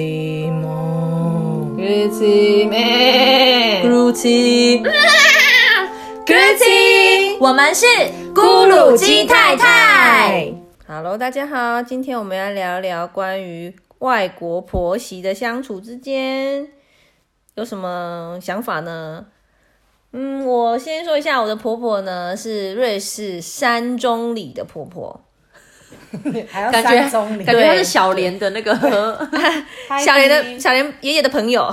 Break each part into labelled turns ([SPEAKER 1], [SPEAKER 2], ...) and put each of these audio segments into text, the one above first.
[SPEAKER 1] 그지모
[SPEAKER 2] Greeting，哎
[SPEAKER 1] 그루지 그루지
[SPEAKER 2] 我们是
[SPEAKER 1] 咕噜鸡太太。
[SPEAKER 2] Hello，大家好，今天我们要聊聊关于外国婆媳的相处之间有什么想法呢？嗯，我先说一下，我的婆婆呢是瑞士山中里的婆婆，
[SPEAKER 1] 还要
[SPEAKER 3] 感觉
[SPEAKER 1] 三中里
[SPEAKER 3] 感觉他
[SPEAKER 2] 对
[SPEAKER 3] 是小莲的那个，
[SPEAKER 2] 小莲的小莲爷爷的朋友。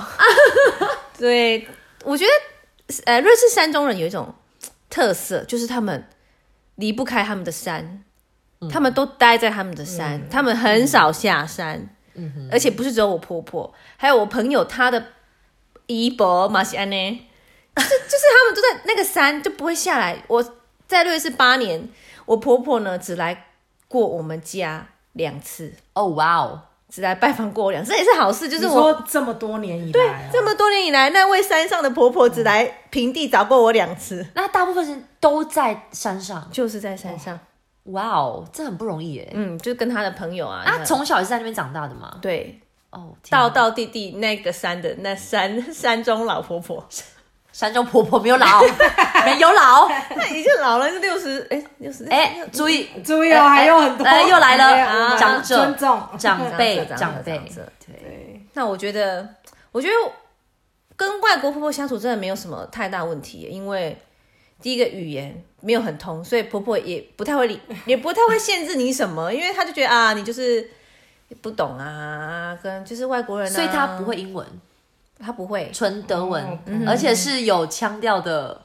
[SPEAKER 2] 对，我觉得呃，瑞士山中人有一种特色，就是他们离不开他们的山，他们都待在他们的山，他们很少下山。而且不是只有我婆婆，还有我朋友她的姨伯马西安呢，就是就是他们都在那个山就不会下来。我在瑞士八年，我婆婆呢只来过我们家两次，
[SPEAKER 3] 哦哇哦，
[SPEAKER 2] 只来拜访过我两次，这也是好事。就
[SPEAKER 1] 就是是
[SPEAKER 2] 我
[SPEAKER 1] 说这么多年以来、啊，
[SPEAKER 2] 这么多年以来，那位山上的婆婆只来平地找过我两次，
[SPEAKER 3] 那大部分人都在山上，
[SPEAKER 2] 就是在山上，
[SPEAKER 3] 哇哦，这很不容易耶。
[SPEAKER 2] 嗯，就跟她的朋友啊，嗯
[SPEAKER 3] 啊，
[SPEAKER 2] 那
[SPEAKER 3] 从小也是在那边长大的嘛。
[SPEAKER 2] 对
[SPEAKER 3] 哦，天哪
[SPEAKER 2] 道道地地那个山的那山 山中老婆婆，
[SPEAKER 3] 山中婆婆没有老，没有老，
[SPEAKER 2] 那已经老了，是六十，哎，六十，
[SPEAKER 3] 哎，注意
[SPEAKER 1] 注意哦，还有很多，
[SPEAKER 3] 哎又来了
[SPEAKER 1] 哎我们
[SPEAKER 3] 长者
[SPEAKER 1] 尊重
[SPEAKER 3] 长辈
[SPEAKER 2] 哦长者
[SPEAKER 3] 长辈
[SPEAKER 2] 长者，
[SPEAKER 3] 对，
[SPEAKER 2] 那我觉得，我觉得跟外国婆婆相处真的没有什么太大问题，因为第一个语言没有很通，所以婆婆也不太会理， 也不太会限制你什么，因为她就觉得啊，你就是不懂啊，跟就是外国人、啊，
[SPEAKER 3] 所以她不，会英文，
[SPEAKER 2] 她不 会，
[SPEAKER 3] 纯德文
[SPEAKER 1] 哦，嗯
[SPEAKER 3] 而且是有腔调的，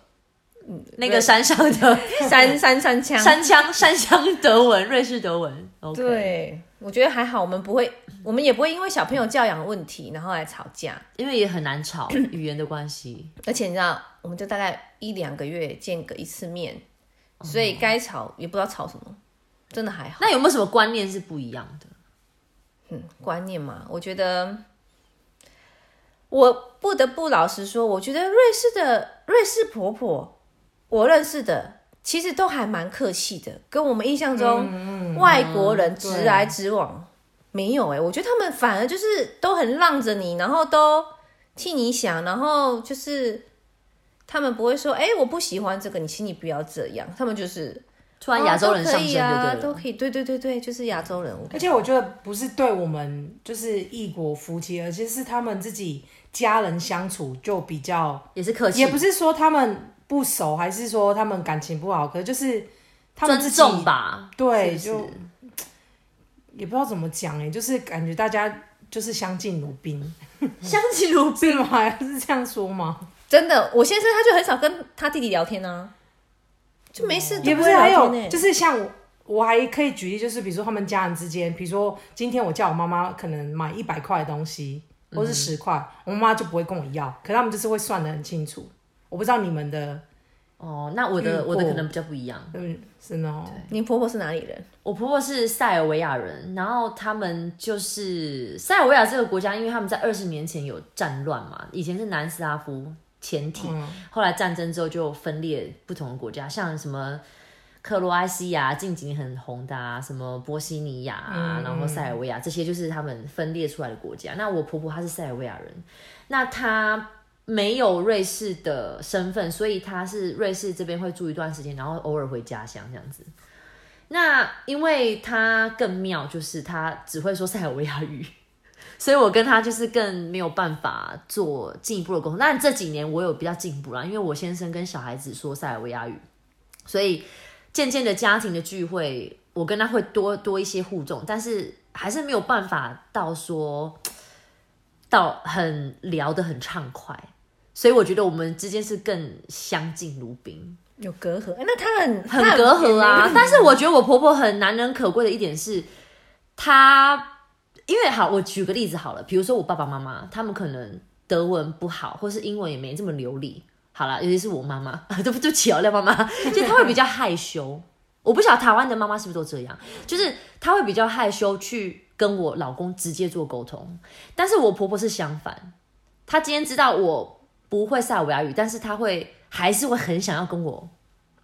[SPEAKER 3] 那个山上的
[SPEAKER 2] 三三三嗯腔，
[SPEAKER 3] 山腔山腔德文，瑞士德文。OK，哦
[SPEAKER 2] 对，我觉得还好，我们不会，我们也不会因为小朋友教养问题然后来吵架，
[SPEAKER 3] 因为也很难 吵，语言的关系。
[SPEAKER 2] 而且你知道，我们就大概一两个月见个一次面，所以该吵也不知道吵什么，真的还好。
[SPEAKER 3] 那有没有什么观念是不一样的？
[SPEAKER 2] 嗯，观念嘛，我觉得我不得不老实说，我觉得瑞士的瑞士婆婆，我认识的其实都还蛮客气的，跟我们印象中、
[SPEAKER 1] 嗯
[SPEAKER 3] 嗯
[SPEAKER 2] 外国人直来直往没有哎、我觉得他们反而就是都很让着你，然后都替你想，然后就是他们不会说哎、我不喜欢这个，你请你不要这样，他们就是
[SPEAKER 3] 突然亚洲人上身就对
[SPEAKER 2] 哦
[SPEAKER 3] 了，
[SPEAKER 2] 都可以啊，都可以，对对对对，就是亚洲人，我
[SPEAKER 1] 而且我觉得不是对我们就是异国夫妻，而且是他们自己家人相处就比较，
[SPEAKER 3] 也是客气，
[SPEAKER 1] 也不是说他们不熟，还是说他们感情不好，可就是他们自
[SPEAKER 3] 尊
[SPEAKER 1] 己
[SPEAKER 3] 重吧？
[SPEAKER 1] 对，
[SPEAKER 3] 是不是
[SPEAKER 1] 就也不知道怎么讲哎、就是感觉大家就是相敬如 宾，
[SPEAKER 3] 相敬如
[SPEAKER 1] 是吗？是这样说吗？
[SPEAKER 2] 真的，我先生他就很少跟他弟弟聊天啊，就没
[SPEAKER 3] 嗯
[SPEAKER 2] 事、
[SPEAKER 1] 也不是，还有
[SPEAKER 2] 欸
[SPEAKER 1] 就是是像我。我还可以举例，就是比如说他们家人之间，比如说今天我叫我妈妈可能买一百块的东西，
[SPEAKER 4] 嗯
[SPEAKER 1] 或是十块，我妈妈就不会跟我要，可他们就是会算得很清楚。我不知道你们的，
[SPEAKER 3] 哦，那我
[SPEAKER 1] 遇
[SPEAKER 3] 的
[SPEAKER 1] 过
[SPEAKER 3] 我的可能比较不一样。
[SPEAKER 1] 嗯，真的哦，
[SPEAKER 2] 你婆婆是哪里人？
[SPEAKER 3] 我婆婆是塞尔维亚人，然后他们就是塞尔维亚这个国家，因为他们在二十年前有战乱嘛，以前是南斯拉夫前体，后来战争之后就分裂不同的国家，像什么克罗埃西亚近几年很红的啊，什么波西尼亚啊，然后塞尔维亚这些就是他们分裂出来的国家。那我婆婆她是塞尔维亚人，那她。没有瑞士的身份，所以她是瑞士这边会住一段时间，然后偶尔回家乡这样子。那因为他更妙，就是他只会说塞尔维亚语， 所以我跟他就是更没有办法做进一步的沟通。但这几年我有比较进步啦，因为我先生跟小孩子说塞尔维亚语，所以渐渐的家庭的聚会，我跟他会多多一些互动，但是还是没有办法到说到很聊得很畅快。所以我觉得我们之间是更相敬如宾。
[SPEAKER 2] 有隔阂，哎那她很
[SPEAKER 3] 很隔阂啊。但是我觉得我婆婆很难能可贵的一点是，她因为好，我举个例子好了，比如说我爸爸妈妈，他们可能德文不好，或是英文也没这么流利。好啦，尤其是我妈妈， 对不对不起哦，廖妈妈， 就她会比较害羞。我不晓得台湾的妈妈是不是都这样，就是她会比较害羞去跟我老公直接做沟通。但是我婆婆是相反，她今天知道我不会塞尔维亚语，但是她会还是会很想要跟我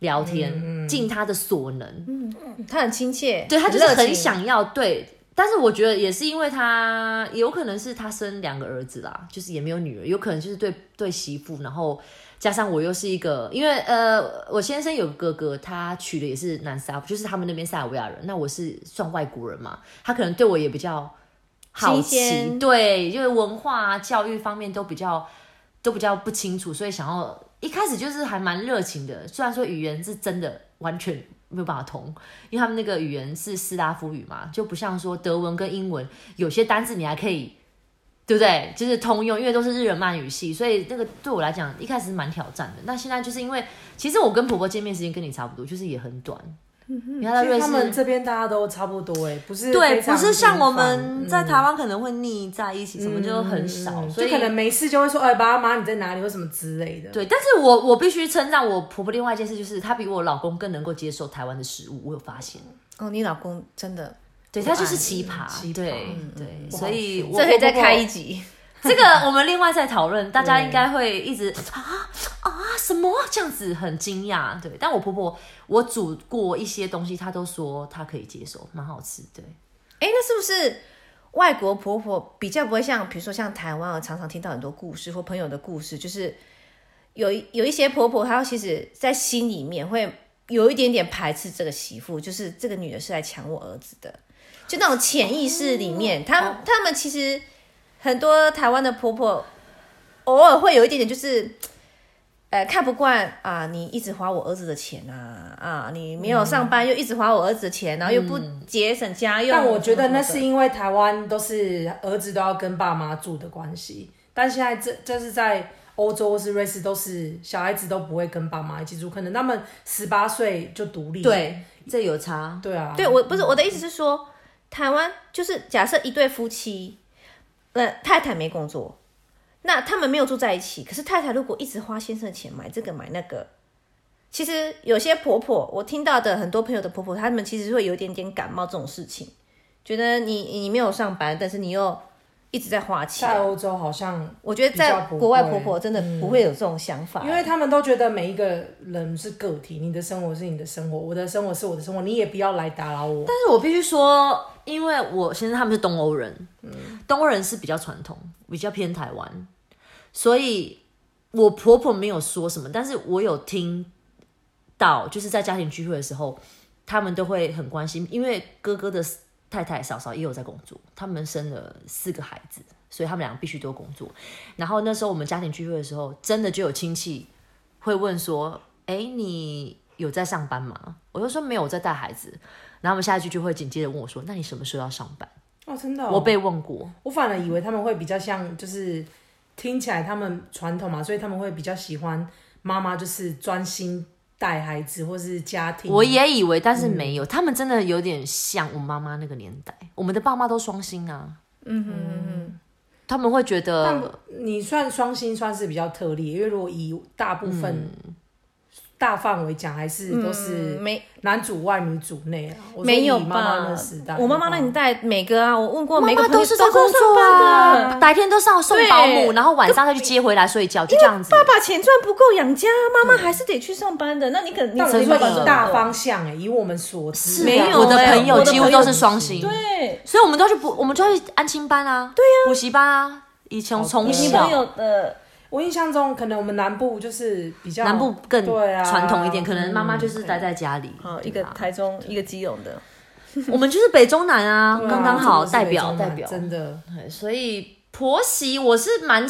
[SPEAKER 3] 聊天，尽她的所能。
[SPEAKER 2] 她很亲切，
[SPEAKER 3] 对她就是
[SPEAKER 2] 热情
[SPEAKER 3] 很，想要对但是我觉得也是因为他，有可能是他生两个儿子啦，就是也没有女儿，有可能就是对对媳妇，然后加上我又是一个，因为呃，我先生有个哥哥，他娶的也是南斯拉夫，就是他们那边塞尔维亚人，那我是算外国人嘛，他可能对我也比较好
[SPEAKER 2] 新鲜
[SPEAKER 3] 奇，对，因为文化啊、教育方面都比较都比较不清楚，所以想要一开始就是还蛮热情的，虽然说语言是真的完全没有办法通，因为他们那个语言是斯拉夫语嘛，就不像说德文跟英文，有些单字你还可以，对不对？就是通用，因为都是日耳曼语系，所以那个对我来讲一开始是蛮挑战的。那现在就是因为，其实我跟婆婆见面时间跟你差不多，就是也很短。你看在
[SPEAKER 1] 其
[SPEAKER 3] 瑞
[SPEAKER 1] 实他们
[SPEAKER 3] 士，
[SPEAKER 1] 这边大家都差不多哎，不是
[SPEAKER 4] 对，
[SPEAKER 1] 非常
[SPEAKER 4] 不是像我
[SPEAKER 1] 频繁嗯
[SPEAKER 4] 们在台湾可能会腻在一起什么，就
[SPEAKER 3] 就
[SPEAKER 4] 很
[SPEAKER 3] 很
[SPEAKER 4] 少。
[SPEAKER 3] 少，所
[SPEAKER 1] 就
[SPEAKER 3] 以
[SPEAKER 1] 可能没事就会说，哎，爸妈你在哪里或什么之类的。，
[SPEAKER 3] 对，但是我我必须称赞我婆婆。另外一件事就是，她比我老公更能够接受台湾的食物，我有发现。
[SPEAKER 2] 哦，你老公真的，
[SPEAKER 3] 对，她就是奇葩，
[SPEAKER 1] 奇葩
[SPEAKER 3] 对
[SPEAKER 1] 嗯
[SPEAKER 3] 对，
[SPEAKER 1] 哇
[SPEAKER 3] 所以我
[SPEAKER 2] 这可以再
[SPEAKER 3] 我婆婆
[SPEAKER 2] 开一集。
[SPEAKER 3] 这 个我们另外再讨论，大家应该会一直啊啊什么这样子很惊讶，对。但我婆婆我煮过一些东西，她都说她可以接受，蛮好吃，对。
[SPEAKER 2] 哎，那是不是外国婆婆比较不会像，比如说像台湾，我常常听到很多故事或朋友的故事，就是有一有一些婆婆，她其实在心里面会有一点点排斥这个媳妇，就是这个女的是来抢我儿子的，就那种潜意识里面，她
[SPEAKER 1] 哦
[SPEAKER 2] 们她们其实很多台湾的婆婆偶尔会有一点点就是。呃，看不惯啊！你一直花我儿子的钱啊啊！你没有上班、又一直花我儿子的钱，然后又不节省家用。
[SPEAKER 1] 嗯但我觉得
[SPEAKER 2] 什么
[SPEAKER 1] 那
[SPEAKER 2] 什么的
[SPEAKER 1] 是因为台湾都是儿子都要跟爸妈住的关系，但现在这就是在欧洲或是瑞士都是小孩子都不会跟爸妈一起住，可能他们十八岁就独立。，
[SPEAKER 3] 这有差，
[SPEAKER 1] 对啊，
[SPEAKER 2] 对我不是我的意思是说，台湾就是假设一对夫妻，呃，太太没工作，那他们没有住在一起，可是太太如果一直花先生的钱买这个买那个，其实有些婆婆，我听到的很多朋友的婆婆，她们其实会有一点点感冒这种事情，觉得你你没有上班，但是你又一直在花
[SPEAKER 1] 在
[SPEAKER 2] 钱。
[SPEAKER 1] 欧洲好像
[SPEAKER 2] 我觉得
[SPEAKER 1] 比
[SPEAKER 2] 在
[SPEAKER 1] 较不
[SPEAKER 2] 国外
[SPEAKER 1] 会
[SPEAKER 2] 婆婆真的不会有这种想法，
[SPEAKER 1] 因为他们都觉得每一个人是个体，你的生活是你的生活，我的生活是我的生活，你也不要来打扰我。
[SPEAKER 3] 但是我必须说，因为我先生他们是东欧人，东欧人是比较传统，比较偏台湾，所以我婆婆没有说什么，但是我有听到，就是在家庭聚会的时候，他们都会很关心，因为哥哥的太太嫂嫂也有在工作，他们生了四个孩子，所以他们两个必须都工作。然后那时候我们家庭聚会的时候，真的就有亲戚会问说：“哎，你有在上班吗？”我就说没有，我在带孩子。然后他们下一句就会紧接着问我说：“那你什么时候要上班
[SPEAKER 1] 哦，真的、哦？”，
[SPEAKER 3] 我被问过，
[SPEAKER 1] 我反而以为他们会比较像，就是听起来他们传统嘛，所以他们会比较喜欢妈妈就是专心带孩子或是家庭。
[SPEAKER 3] 我也以为，但是
[SPEAKER 2] 嗯
[SPEAKER 3] 没有。他们真的有点像我妈妈那个年代，我们的爸妈都双薪啊。
[SPEAKER 2] 嗯哼嗯哼。
[SPEAKER 3] 他们会觉得，
[SPEAKER 1] 你算双薪算是比较特例，因为如果以大部分、
[SPEAKER 3] 嗯
[SPEAKER 1] 大范围讲，还是都
[SPEAKER 2] 嗯
[SPEAKER 1] 是
[SPEAKER 2] 没
[SPEAKER 1] 男主外女主内啊。我说
[SPEAKER 2] 没有
[SPEAKER 1] 以
[SPEAKER 2] 吧？
[SPEAKER 1] 妈妈那时代的话，
[SPEAKER 2] 我妈妈那年代每个啊，我问过
[SPEAKER 3] 妈
[SPEAKER 2] 每个
[SPEAKER 3] 妈
[SPEAKER 2] 朋友
[SPEAKER 3] 都是在
[SPEAKER 2] 都
[SPEAKER 3] 工
[SPEAKER 2] 上
[SPEAKER 3] 作
[SPEAKER 2] 班的
[SPEAKER 3] 啊，白天都上送
[SPEAKER 2] 对
[SPEAKER 3] 保姆，然后晚上再去接回来睡觉，就这样子。
[SPEAKER 2] 爸爸钱赚不够养家，妈妈还是得去上班的。那你可能你
[SPEAKER 1] 但我
[SPEAKER 2] 只
[SPEAKER 1] 说
[SPEAKER 2] 能
[SPEAKER 1] 以大方向哎、欸，以我们所知
[SPEAKER 3] 是
[SPEAKER 2] 没有
[SPEAKER 3] 我的
[SPEAKER 2] 欸
[SPEAKER 3] 朋友
[SPEAKER 2] 我的
[SPEAKER 3] 几乎
[SPEAKER 2] 朋友
[SPEAKER 3] 都是双薪，
[SPEAKER 2] 对，
[SPEAKER 3] 所以我们都去补，我们就去安亲班啊，对呀、补习班啊，以前从
[SPEAKER 2] 你
[SPEAKER 3] 小
[SPEAKER 2] 朋友的
[SPEAKER 1] 我印象中，可能我们南部就是比较
[SPEAKER 3] 南部更
[SPEAKER 1] 对啊
[SPEAKER 3] 传统一点，可能妈妈就是待在家里，
[SPEAKER 2] 哦，嗯
[SPEAKER 3] 对
[SPEAKER 2] 一个
[SPEAKER 3] 吧
[SPEAKER 2] 台中，一个基隆的，
[SPEAKER 3] 我们就是北中南啊，
[SPEAKER 1] 对啊
[SPEAKER 3] 刚刚好
[SPEAKER 1] 真的是
[SPEAKER 3] 代
[SPEAKER 1] 北
[SPEAKER 3] 表
[SPEAKER 1] 中
[SPEAKER 3] 代
[SPEAKER 1] 南
[SPEAKER 3] 表，
[SPEAKER 1] 真的
[SPEAKER 3] 对哎所以婆媳我是蛮，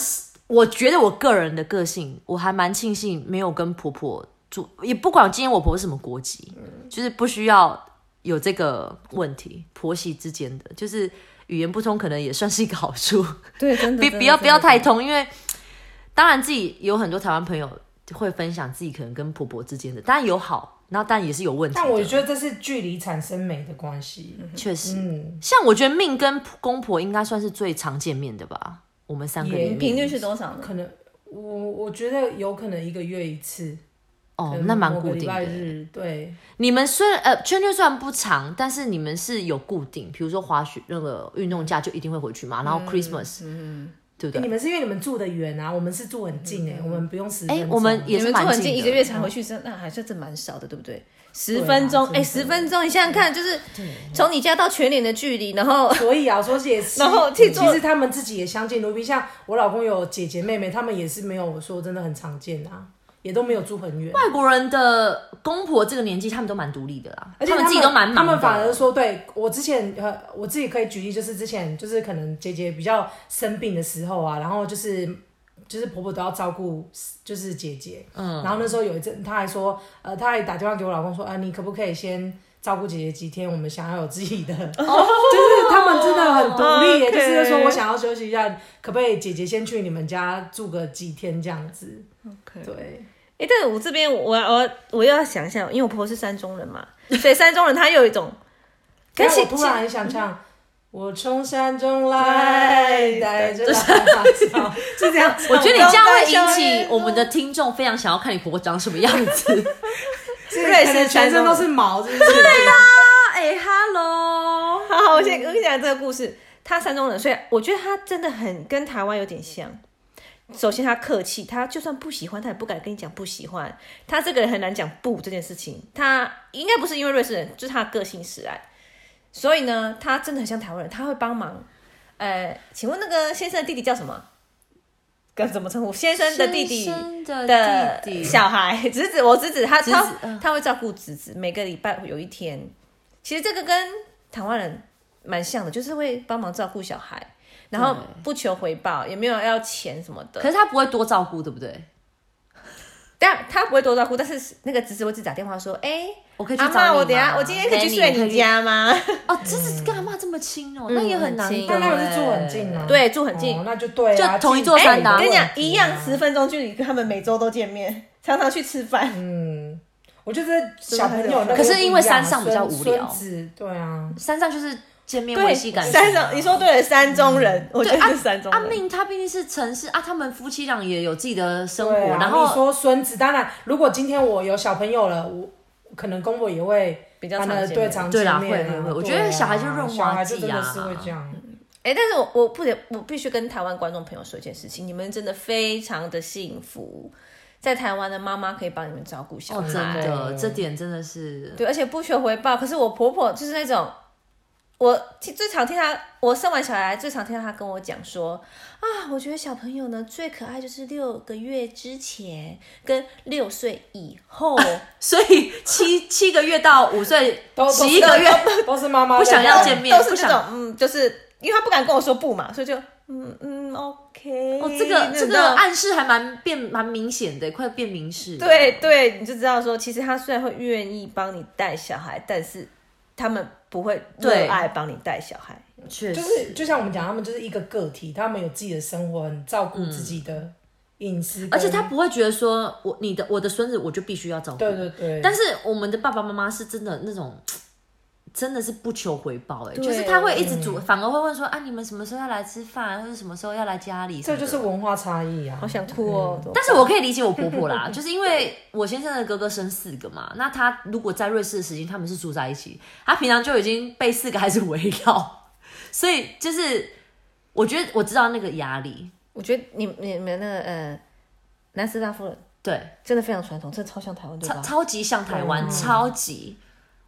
[SPEAKER 3] 我觉得我个人的个性，我还蛮庆幸没有跟婆婆住，也不管今天我婆婆是什么国籍，
[SPEAKER 1] 嗯
[SPEAKER 3] 就是不需要有这个问题，婆媳之间的就是语言不通，可能也算是一个好 处。
[SPEAKER 2] 对，真
[SPEAKER 3] 不不要不要太通，因为当然自己有很多台湾朋友会分享自己可能跟婆婆之间的，当然有好，然后但也是有问题的。
[SPEAKER 1] 但我觉得这是距离产生美的关系。
[SPEAKER 3] 确实，
[SPEAKER 1] 嗯，
[SPEAKER 3] 像我觉得命跟公婆应该算是最常见面的吧，我们三个
[SPEAKER 1] 也
[SPEAKER 3] 里面
[SPEAKER 2] 频率是多少呢？
[SPEAKER 1] 可能我我觉得有可能一个月一次，
[SPEAKER 3] 哦
[SPEAKER 1] 可，能
[SPEAKER 3] 那蛮
[SPEAKER 1] 某个
[SPEAKER 3] 固
[SPEAKER 1] 礼
[SPEAKER 3] 定
[SPEAKER 1] 拜
[SPEAKER 3] 的。
[SPEAKER 1] 日对，
[SPEAKER 3] 你们虽然呃圈圈虽然不长，但是你们是有固定，比如说滑雪那个运动假就一定会回去嘛，然后 Christmas，、对不
[SPEAKER 1] 你
[SPEAKER 3] 对？
[SPEAKER 1] 们是因为你们住的远啊，我们是住很近哎、我们不用十分
[SPEAKER 3] 哎
[SPEAKER 1] 钟。
[SPEAKER 3] 我们也
[SPEAKER 2] 你
[SPEAKER 3] 是
[SPEAKER 2] 们住
[SPEAKER 3] 蛮
[SPEAKER 2] 很近，
[SPEAKER 3] 近的
[SPEAKER 2] 一个月才回去，真那还是真蛮少的，对不对？十
[SPEAKER 1] 对啊
[SPEAKER 2] 分钟，
[SPEAKER 1] 真
[SPEAKER 2] 哎、
[SPEAKER 1] 的
[SPEAKER 2] 十分钟，你想想看，就是从你家到全脸的距离，然后
[SPEAKER 1] 所以啊，说也 是，
[SPEAKER 2] 然后
[SPEAKER 1] 其
[SPEAKER 2] 去做
[SPEAKER 1] 实他们自己也相见如宾，像我老公有姐姐妹妹，他们也是没有说真的很常见啊，也都没有住很远。
[SPEAKER 3] 外国人的公婆这个年纪，他们都蛮独立的啦，
[SPEAKER 1] 而且
[SPEAKER 3] 们自己都蛮
[SPEAKER 1] 他
[SPEAKER 3] 忙的。
[SPEAKER 1] 们反而说，对我之前呃，我自己可以举例，就是之前就是可能姐姐比较生病的时候啊，然后就是就是婆婆都要照顾，就是姐姐，嗯，然后那时候有一阵，她还说，呃，她还打电话给我老公说，啊，你可不可以先照顾姐姐几天，我们想要有自己 的，
[SPEAKER 3] 哦
[SPEAKER 1] 就是他们真的很独立耶，
[SPEAKER 2] OK
[SPEAKER 1] 就是说我想要休息一下，可不可以姐姐先去你们家住个几天这样子？对，
[SPEAKER 2] 哎、但我这边我我我又要想一下，因为我婆婆是山中人嘛，所以山中人他有一 种跟
[SPEAKER 1] 但
[SPEAKER 2] 其
[SPEAKER 1] 我突然很想
[SPEAKER 3] 嗯
[SPEAKER 1] 唱。我从山中来，带着蓝花草，是这样。
[SPEAKER 3] 我觉得你这样
[SPEAKER 2] 都
[SPEAKER 3] 会
[SPEAKER 2] 在
[SPEAKER 3] 引
[SPEAKER 2] 校
[SPEAKER 3] 起我们的听众非常想要看你婆婆长什么样子。
[SPEAKER 1] 是
[SPEAKER 2] 对
[SPEAKER 1] 可能
[SPEAKER 2] 是
[SPEAKER 1] 全身
[SPEAKER 3] 哦
[SPEAKER 2] 山
[SPEAKER 1] 都
[SPEAKER 2] 中
[SPEAKER 1] 是毛，是不是？对啊，
[SPEAKER 3] 哎，hello，
[SPEAKER 2] 好好，我先跟你讲这个故事。他山中人，所以我觉得他真的很跟台湾有点像。首先，他客气，他就算不喜欢，他也不敢跟你讲不喜欢。他这个人很难讲不这件事情。他应该不是因为瑞士人，就是他的个性使然。所以呢，他真的很像台湾人，他会帮忙。呃，请问那个先生的弟弟叫什么？该怎么称呼？先生的弟弟
[SPEAKER 3] 深深的
[SPEAKER 2] 的
[SPEAKER 3] 弟弟，
[SPEAKER 2] 小孩，侄子，我侄子，他
[SPEAKER 3] 呃侄子
[SPEAKER 2] 他
[SPEAKER 3] 嗯
[SPEAKER 2] 他会照顾侄子，每个礼拜有一天。其实这个跟台湾人蛮像的，就是会帮忙照顾小孩，然后
[SPEAKER 3] 对
[SPEAKER 2] 不求回报，也没有要钱什么的。
[SPEAKER 3] 可是他不会多照顾，对不对？
[SPEAKER 2] 但他不会多照顾，但是那个侄子会自己打电话说：“哎、
[SPEAKER 3] 我可以去
[SPEAKER 2] 阿
[SPEAKER 3] 找你
[SPEAKER 2] 妈，
[SPEAKER 3] 吗
[SPEAKER 2] 我等一下我今天可以去睡
[SPEAKER 3] 哎
[SPEAKER 2] 你家吗
[SPEAKER 3] 可以哦，这是跟阿妈这么亲哦，
[SPEAKER 2] 嗯
[SPEAKER 3] 那也很难
[SPEAKER 2] 很亲
[SPEAKER 3] 得
[SPEAKER 1] 那
[SPEAKER 3] 哎。
[SPEAKER 1] 他们是住很近啊，？”
[SPEAKER 2] 对，住很近
[SPEAKER 1] 哦，。那就对啊，
[SPEAKER 3] 就同一
[SPEAKER 1] 近
[SPEAKER 3] 座山的啊
[SPEAKER 2] 我跟你讲，一样
[SPEAKER 1] 啊
[SPEAKER 2] 十分钟距离，他们每周都见面，常常去吃饭。
[SPEAKER 1] 嗯，我觉得小朋友那个
[SPEAKER 3] 可是因为
[SPEAKER 1] 不一样啊
[SPEAKER 3] 山上比较无
[SPEAKER 1] 孙
[SPEAKER 3] 聊
[SPEAKER 1] 子对啊，
[SPEAKER 3] 山上就是见面维
[SPEAKER 2] 对，
[SPEAKER 3] 系感情。
[SPEAKER 2] 山中，你说对了，山中人，我觉
[SPEAKER 3] 对
[SPEAKER 2] 得
[SPEAKER 3] 啊
[SPEAKER 2] 是山中
[SPEAKER 3] 阿
[SPEAKER 2] 人。
[SPEAKER 3] 命他毕竟是城市啊，他们夫妻俩也有自己的生活，
[SPEAKER 1] 对啊。
[SPEAKER 3] 然
[SPEAKER 1] 你
[SPEAKER 3] 后
[SPEAKER 1] 说孙子，当然，如果今天我有小朋友了，我可能公婆也会
[SPEAKER 2] 比较
[SPEAKER 1] 反
[SPEAKER 2] 常
[SPEAKER 1] 而
[SPEAKER 2] 见
[SPEAKER 1] 对
[SPEAKER 2] 面
[SPEAKER 1] 常
[SPEAKER 3] 对啦
[SPEAKER 1] 见面啊
[SPEAKER 3] 会会会
[SPEAKER 1] 对啊
[SPEAKER 3] 我觉得小孩就润滑剂啊
[SPEAKER 1] 小孩就真的是会这样。
[SPEAKER 2] 哎、但是我我不得我必须跟台湾观众朋友说一件事情，你们真的非常的幸福，在台湾的妈妈可以帮你们照顾小
[SPEAKER 3] 哦，
[SPEAKER 2] 孩，
[SPEAKER 3] 真的
[SPEAKER 1] 对
[SPEAKER 3] 这点真的是
[SPEAKER 2] 对，而且不求回报。可是我婆婆就是那种，我听最常听她，我生完小孩最常听到她跟我讲说啊，我觉得小朋友呢最可爱就是六个月之前跟六岁以后，
[SPEAKER 3] 所以七七个月到五岁
[SPEAKER 1] 都，
[SPEAKER 3] 十 一个月，
[SPEAKER 1] 都都是妈妈
[SPEAKER 3] 不想
[SPEAKER 1] 在
[SPEAKER 3] 要
[SPEAKER 1] 带
[SPEAKER 3] 见面
[SPEAKER 2] 都是
[SPEAKER 3] 不
[SPEAKER 2] 这
[SPEAKER 3] 想
[SPEAKER 2] 种嗯，就是因为她不敢跟我说不嘛，所以就嗯嗯 OK。
[SPEAKER 3] 哦，这个
[SPEAKER 2] 你
[SPEAKER 3] 这
[SPEAKER 2] 知道
[SPEAKER 3] 个暗示还蛮变蛮明显的，快变明示。
[SPEAKER 2] 对，对，你就知道说，其实他虽然会愿意帮你带小孩，但是他们不会热
[SPEAKER 3] 对
[SPEAKER 2] 爱帮你带小孩。
[SPEAKER 3] 确实
[SPEAKER 1] 就是就像我们讲，他们就是一个个体，他们有自己的生活，很照顾自己的隐私跟，
[SPEAKER 3] 嗯而且他不会觉得说我你的我的孙子我就必须要照顾。
[SPEAKER 1] 对对对，
[SPEAKER 3] 但是我们的爸爸妈妈是真的那种。真的是不求回报哎、
[SPEAKER 2] 对
[SPEAKER 3] 就是他会一直煮，反而会问说啊，你们什么时候要来吃饭，或者什么时候要来家里？
[SPEAKER 1] 这就是。文化差异啊。
[SPEAKER 2] 好想哭哦！
[SPEAKER 3] 但是我可以理解我婆 婆啦，就是因为我先生的哥哥生四个嘛，那他如果在瑞士的时间，他们是住在一起，他平常就已经被四个孩子围绕，所以就是我觉得我知道那个压力，
[SPEAKER 2] 我觉得你你们那个呃，南斯拉夫人
[SPEAKER 3] 对，
[SPEAKER 2] 真的非常传统，真的超像台湾对
[SPEAKER 3] 超
[SPEAKER 2] 吧？嗯
[SPEAKER 3] 超级像台湾，超级。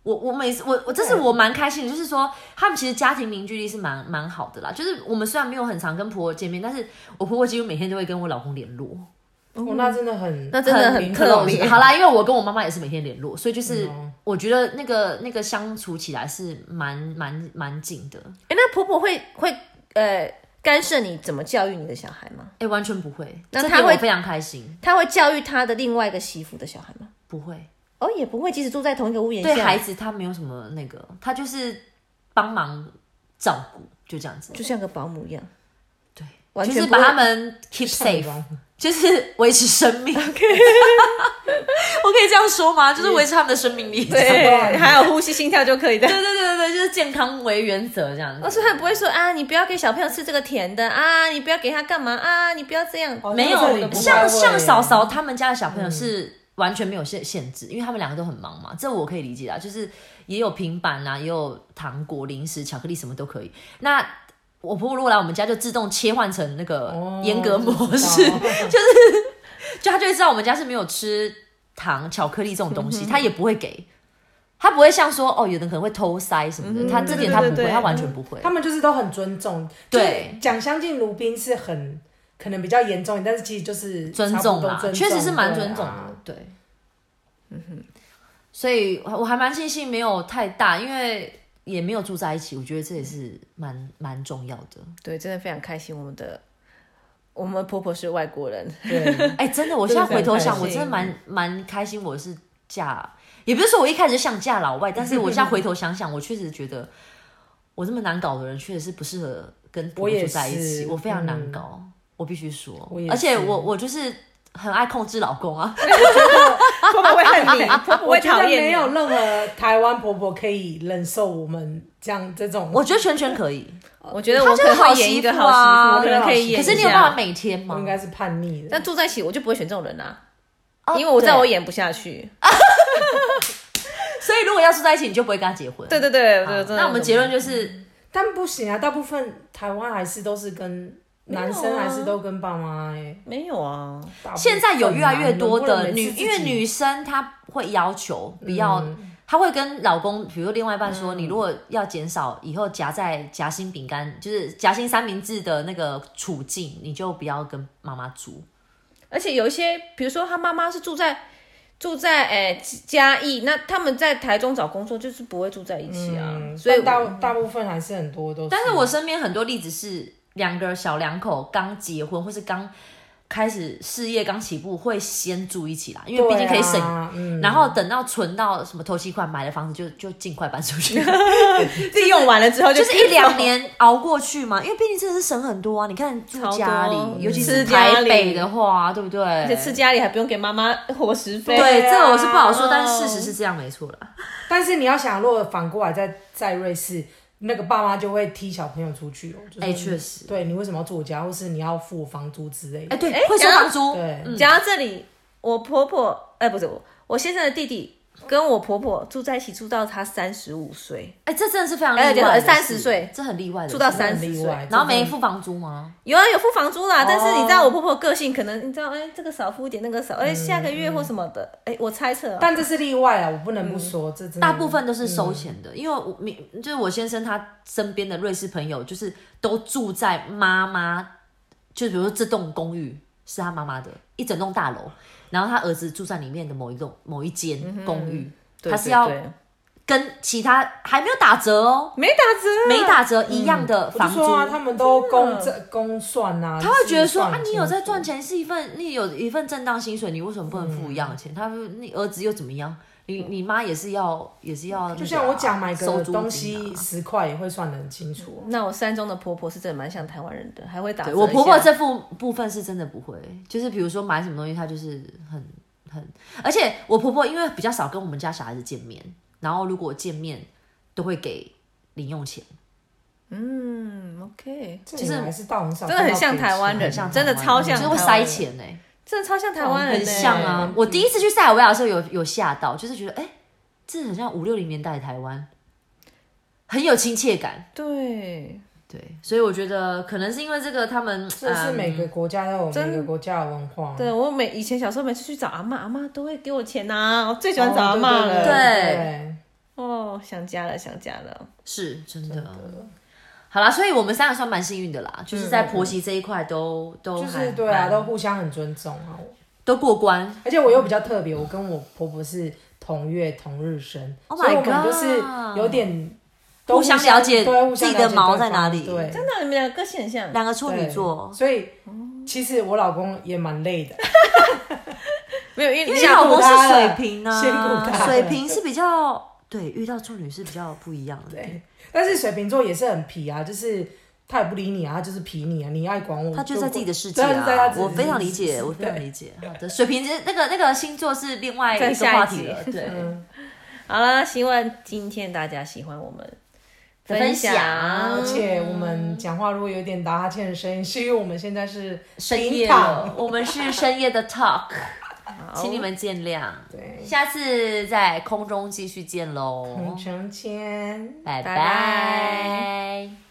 [SPEAKER 3] 我我每次我我这是我蛮开心的，就是说他们其实家庭凝聚力是蛮蛮好的啦。就是我们虽然没有很常跟婆婆见面，但是我婆婆几乎每天都会跟我老公联络，
[SPEAKER 1] 哦，
[SPEAKER 2] 嗯
[SPEAKER 1] 那真的很，
[SPEAKER 2] 那真的很
[SPEAKER 1] 明
[SPEAKER 2] 特别
[SPEAKER 1] 显
[SPEAKER 3] 好啦，因为我跟我妈妈也是每天联络，所以就是
[SPEAKER 1] 嗯哦
[SPEAKER 3] 我觉得那 个那个相处起来是蛮蛮蛮紧的。
[SPEAKER 2] 哎、那婆婆会会呃干涉你怎么教育你的小孩吗？
[SPEAKER 3] 哎、完全不会，
[SPEAKER 2] 那
[SPEAKER 3] 这
[SPEAKER 2] 她
[SPEAKER 3] 点我
[SPEAKER 2] 会
[SPEAKER 3] 非常开心，
[SPEAKER 2] 她会教育她的另外一个媳妇的小孩吗？
[SPEAKER 3] 不会
[SPEAKER 2] 哦，也不会，即使住在同一个屋檐下，
[SPEAKER 3] 对孩子他没有什么那个，他就是帮忙照顾，就这样子，
[SPEAKER 2] 就像个保姆一样，
[SPEAKER 3] 对，
[SPEAKER 2] 完
[SPEAKER 3] 就
[SPEAKER 2] 全
[SPEAKER 3] 是
[SPEAKER 2] 不会
[SPEAKER 3] 把他们 keep safe。就是 维持生命。 我可以这样说吗？就是维持他们的生命力。对对
[SPEAKER 2] 对，还有呼吸心跳就可以的。
[SPEAKER 3] 对对对，就是健康为原则这样
[SPEAKER 2] 我
[SPEAKER 3] 子。
[SPEAKER 2] 说他不会说啊，你不要给小朋友吃这个甜的啊，你不要给他干嘛啊，你不要这样。
[SPEAKER 1] 哦
[SPEAKER 3] 没
[SPEAKER 1] 那这个
[SPEAKER 3] 有
[SPEAKER 1] 不太会
[SPEAKER 3] 像
[SPEAKER 1] 嗯
[SPEAKER 3] 像嫂嫂他们家的小朋友是完全没有限限制，因为他们两个都很忙嘛，这我可以理解啊。就是也有平板啊，也有糖果、零食、巧克力，什么都可以。那。我婆婆如果来我们家，就自动切换成那个
[SPEAKER 1] 哦
[SPEAKER 3] 严格模式，
[SPEAKER 1] 我知道
[SPEAKER 3] 就她就会知道我们家是没有吃糖、巧克力这种东
[SPEAKER 1] 嗯
[SPEAKER 3] 西，她也不会给。她不会像说哦，有的可能会偷塞什
[SPEAKER 1] 嗯
[SPEAKER 3] 么的，她这点她不
[SPEAKER 2] 对对
[SPEAKER 3] 会，
[SPEAKER 2] 对
[SPEAKER 3] 她完全不会。
[SPEAKER 1] 他们就是都很尊重。
[SPEAKER 3] 对
[SPEAKER 1] 就是讲相敬如宾是很可能比较严重一点，但是其实就是
[SPEAKER 3] 尊
[SPEAKER 1] 差不
[SPEAKER 3] 重
[SPEAKER 1] 多
[SPEAKER 3] 啦，
[SPEAKER 1] 尊重
[SPEAKER 3] 确实是蛮尊
[SPEAKER 1] 对
[SPEAKER 3] 重的，
[SPEAKER 1] 啊嗯
[SPEAKER 3] 对。嗯哼，所以我还蛮庆幸没有太大，因为也没有住在一起，我觉得这也是蛮蛮重要的。
[SPEAKER 2] 对，真的非常开心。我们的我们婆婆是外国人，
[SPEAKER 1] 对，
[SPEAKER 3] 哎、真的，我现在回头想，
[SPEAKER 2] 真的很开
[SPEAKER 3] 我真
[SPEAKER 2] 心
[SPEAKER 3] 的蛮蛮开心，我是嫁，也不是说我一开始就想嫁老外，但是我现在回头想想，我确实觉得我这么难搞的人，确实是不适合跟婆
[SPEAKER 1] 我
[SPEAKER 3] 婆
[SPEAKER 1] 也
[SPEAKER 3] 住在一起，
[SPEAKER 1] 是
[SPEAKER 3] 我非常难
[SPEAKER 1] 嗯
[SPEAKER 3] 搞，我必须说
[SPEAKER 1] 我也，
[SPEAKER 3] 而且
[SPEAKER 1] 是
[SPEAKER 3] 我我就是很爱控制老公啊。
[SPEAKER 2] 婆婆会恨你，婆婆
[SPEAKER 1] 我
[SPEAKER 2] 会
[SPEAKER 1] 觉
[SPEAKER 2] 讨
[SPEAKER 1] 得
[SPEAKER 2] 厌你。啊
[SPEAKER 1] 没有任何台湾婆婆可以忍受我们这样这种。
[SPEAKER 3] 我觉得圈圈可以，
[SPEAKER 2] 我觉得我可能会演一个好媳妇，
[SPEAKER 3] 她
[SPEAKER 2] 我
[SPEAKER 1] 就
[SPEAKER 2] 可
[SPEAKER 1] 是好媳妇啊
[SPEAKER 2] 能可以演一
[SPEAKER 3] 可
[SPEAKER 2] 下。
[SPEAKER 3] 是你有办法每天吗
[SPEAKER 1] 我？应该是叛逆的，
[SPEAKER 2] 但住在一起，我就不会选这种人啦、
[SPEAKER 3] 哦
[SPEAKER 2] 因为我知道
[SPEAKER 3] 对
[SPEAKER 2] 我演不下去。
[SPEAKER 3] 所以如果要住在一起，你就不会跟他结婚。
[SPEAKER 2] 对对对
[SPEAKER 3] 好
[SPEAKER 2] 对，真的
[SPEAKER 3] 那我们结论就是，
[SPEAKER 1] 但不行啊，大部分台湾还是都是跟
[SPEAKER 3] 啊
[SPEAKER 1] 男生还是都跟爸妈哎、
[SPEAKER 2] 没有啊，
[SPEAKER 1] 大部分啊
[SPEAKER 3] 现在有越来越多
[SPEAKER 1] 能不
[SPEAKER 3] 的
[SPEAKER 1] 能每次，
[SPEAKER 3] 女
[SPEAKER 1] 自己嗯
[SPEAKER 3] 因为女生她会要求不要，她会跟老公，比如另外一半说，你如果要减少以后夹在夹心饼干，就是夹心三明治的那个处境，你就不要跟妈妈住。
[SPEAKER 2] 而且有一些，比如说他妈妈是住在住在诶、嘉义，那他们在台中找工作就是不会住在一起啊，
[SPEAKER 1] 嗯
[SPEAKER 2] 所以
[SPEAKER 1] 但大大部分还是很多都是。
[SPEAKER 3] 但是我身边很多例子是两个小两口刚结婚，或是刚开始事业刚起步，会先住一起啦，因为毕竟可以省
[SPEAKER 1] 对啊嗯
[SPEAKER 3] 然后等到存到什么头期款买了房子就，就尽快搬出去，
[SPEAKER 2] 自己用完了之后就
[SPEAKER 3] 就是一两年熬过去嘛。因为毕竟真的是省很多啊，你看住
[SPEAKER 2] 超多
[SPEAKER 3] 家里，尤其是
[SPEAKER 2] 哦吃家
[SPEAKER 3] 台北
[SPEAKER 2] 里
[SPEAKER 3] 的话，对不对？
[SPEAKER 2] 而且吃家里还不用给妈妈伙食费，
[SPEAKER 3] 对，
[SPEAKER 1] 对啊
[SPEAKER 3] 这个我是不好
[SPEAKER 2] 哦
[SPEAKER 3] 说，但是事实是这样，没错啦。
[SPEAKER 1] 但是你要想，如果反过来在在瑞士，那个爸妈就会踢小朋友出去哦。就是
[SPEAKER 3] 哎确实
[SPEAKER 1] 对你为什么要住我家，或是你要付我房租之类的。
[SPEAKER 3] 哎，对，
[SPEAKER 2] 哎
[SPEAKER 3] 会收
[SPEAKER 2] 讲
[SPEAKER 3] 房
[SPEAKER 2] 到
[SPEAKER 3] 租，
[SPEAKER 1] 对
[SPEAKER 3] 嗯
[SPEAKER 2] 讲到这里，我婆婆，哎、不是我，我先生的弟弟跟我婆婆住在一起，住到他三十五岁，
[SPEAKER 3] 哎，这真的是非常例
[SPEAKER 2] 哎对
[SPEAKER 3] 外的事，
[SPEAKER 2] 30岁
[SPEAKER 3] 这很例外的事，
[SPEAKER 2] 住到
[SPEAKER 1] 这
[SPEAKER 2] 三
[SPEAKER 1] 很
[SPEAKER 2] 十
[SPEAKER 1] 例
[SPEAKER 2] 岁。
[SPEAKER 1] 外。
[SPEAKER 3] 然后没
[SPEAKER 1] 这
[SPEAKER 3] 付房租吗？
[SPEAKER 2] 有啊，有付房租啦，
[SPEAKER 3] 哦
[SPEAKER 2] 但是你知道我婆婆个性，可能你知道，哎、这个少付一点，那个少，
[SPEAKER 3] 嗯
[SPEAKER 2] 哎、下个月或什么的，哎、我猜测、
[SPEAKER 1] 但这是例外啊，我不能不说，这真的
[SPEAKER 2] 嗯
[SPEAKER 3] 嗯大部分都是收钱的，因为我明就是我先生他身边的瑞士朋友，就是都住在妈妈，就比如说这栋公寓是他妈妈的一整栋大楼，然后他儿子住在里面的某一栋某一间公
[SPEAKER 2] 嗯
[SPEAKER 3] 寓，
[SPEAKER 2] 对
[SPEAKER 3] 他是要
[SPEAKER 2] 对对
[SPEAKER 3] 跟其他还没有打折哦，
[SPEAKER 2] 没打折啊，
[SPEAKER 3] 没打折一样的
[SPEAKER 1] 我就
[SPEAKER 3] 房租。
[SPEAKER 1] 说啊，他们都公这公算啊，
[SPEAKER 3] 他会觉得
[SPEAKER 1] 自己
[SPEAKER 3] 说
[SPEAKER 1] 算
[SPEAKER 3] 啊，你有在赚
[SPEAKER 1] 清
[SPEAKER 3] 钱是一份，你有一份正当薪水，你为什么不能
[SPEAKER 1] 嗯
[SPEAKER 3] 付一样的钱？他说你儿子又怎么样？你你妈也是要也是要那个啊、
[SPEAKER 1] 楚。就像我讲买
[SPEAKER 3] 收
[SPEAKER 1] 个
[SPEAKER 3] 租
[SPEAKER 1] 东
[SPEAKER 3] 金啊
[SPEAKER 1] 西十块也会算得很清楚。
[SPEAKER 2] 那我山中的婆婆是真的蛮像台湾人的，还会打折
[SPEAKER 3] 对
[SPEAKER 2] 一下。
[SPEAKER 3] 我婆婆这部部分是真的不会，就是比如说买什么东西，她就是很很，而且我婆婆因为比较少跟我们家小孩子见面，然后如果见面都会给零用钱，
[SPEAKER 2] 嗯 OK，
[SPEAKER 1] 就还是到很少，
[SPEAKER 2] 真的很像台湾人，
[SPEAKER 3] 像台
[SPEAKER 2] 真
[SPEAKER 3] 湾
[SPEAKER 2] 的超像台
[SPEAKER 3] 就是
[SPEAKER 2] 湾
[SPEAKER 3] 会
[SPEAKER 2] 人，
[SPEAKER 3] 塞钱呢、欸
[SPEAKER 2] 真的超像台湾人、
[SPEAKER 3] 很像啊！我
[SPEAKER 1] 嗯
[SPEAKER 3] 第一次去塞尔维亚的时候有有吓到，就是觉得哎、这很像五六零年代的台湾，很有亲切感。
[SPEAKER 2] 对，
[SPEAKER 3] 对，所以我觉得可能是因为这个他们
[SPEAKER 1] 这是
[SPEAKER 3] 嗯
[SPEAKER 1] 每个国家都有每个国家的文化。
[SPEAKER 2] 对我每以前小时候每次去找阿嬷，阿嬷都会给我钱啊呐、我最喜欢找阿嬷了。
[SPEAKER 1] 哦对
[SPEAKER 3] 哦对
[SPEAKER 1] 对
[SPEAKER 2] 哦，想家了，想家了。
[SPEAKER 3] 是真的。好啦，所以我们三个算蛮幸运的啦，就是在婆媳这一块都、都
[SPEAKER 1] 嗯就
[SPEAKER 3] 还
[SPEAKER 1] 是对啊，
[SPEAKER 3] 蛮
[SPEAKER 1] 都互相很尊重啊。
[SPEAKER 3] 都过关。
[SPEAKER 1] 而且我又比较特别，我跟我婆婆是同月同日生
[SPEAKER 3] Oh my
[SPEAKER 1] 所以我们
[SPEAKER 3] God
[SPEAKER 1] 就是有点都
[SPEAKER 3] 互相了解
[SPEAKER 1] 对，互相了解
[SPEAKER 4] 自己的毛在
[SPEAKER 1] 对方
[SPEAKER 4] 哪里
[SPEAKER 1] 对，
[SPEAKER 2] 真的，你们俩个性很像。
[SPEAKER 4] 两个处
[SPEAKER 1] 对
[SPEAKER 4] 女座，
[SPEAKER 1] 所以其实我老公也蛮累的，
[SPEAKER 2] 没有，因为
[SPEAKER 4] 因
[SPEAKER 2] 你
[SPEAKER 4] 为
[SPEAKER 2] 想
[SPEAKER 4] 老公
[SPEAKER 1] 辛苦
[SPEAKER 4] 是
[SPEAKER 1] 他了
[SPEAKER 4] 水瓶啊，
[SPEAKER 1] 辛苦他了
[SPEAKER 4] 水瓶是比较对，遇到处女是比较不一样的。
[SPEAKER 1] 对。但是水瓶座也是很皮啊，就是他也不理你啊，他就是皮你啊，你爱管我，
[SPEAKER 4] 他就在自己的世界
[SPEAKER 1] 对他就在他
[SPEAKER 4] 啊，
[SPEAKER 1] 自己
[SPEAKER 4] 我
[SPEAKER 1] 的
[SPEAKER 4] 非常
[SPEAKER 1] 世
[SPEAKER 4] 理解，
[SPEAKER 1] 界
[SPEAKER 4] 我非常
[SPEAKER 1] 对
[SPEAKER 4] 理解。
[SPEAKER 3] 好的，水瓶这那个那个星座是另外
[SPEAKER 2] 在
[SPEAKER 3] 一个嗯
[SPEAKER 2] 下一
[SPEAKER 3] 话题
[SPEAKER 2] 集
[SPEAKER 3] 了。对，
[SPEAKER 2] 好了，希望今天大家喜欢我们
[SPEAKER 3] 的
[SPEAKER 2] 分
[SPEAKER 3] 分享
[SPEAKER 1] 而且我们讲话如果有点打哈欠的声音，是因为我们现在是
[SPEAKER 3] 深
[SPEAKER 1] 平
[SPEAKER 3] 夜
[SPEAKER 1] 躺
[SPEAKER 3] 了， 我们是深夜的 talk，请你们见谅。
[SPEAKER 1] 对，
[SPEAKER 3] 下次
[SPEAKER 4] 哦
[SPEAKER 3] 在空中继续见喽，
[SPEAKER 1] 空中见。
[SPEAKER 3] 拜
[SPEAKER 2] 拜
[SPEAKER 3] 拜。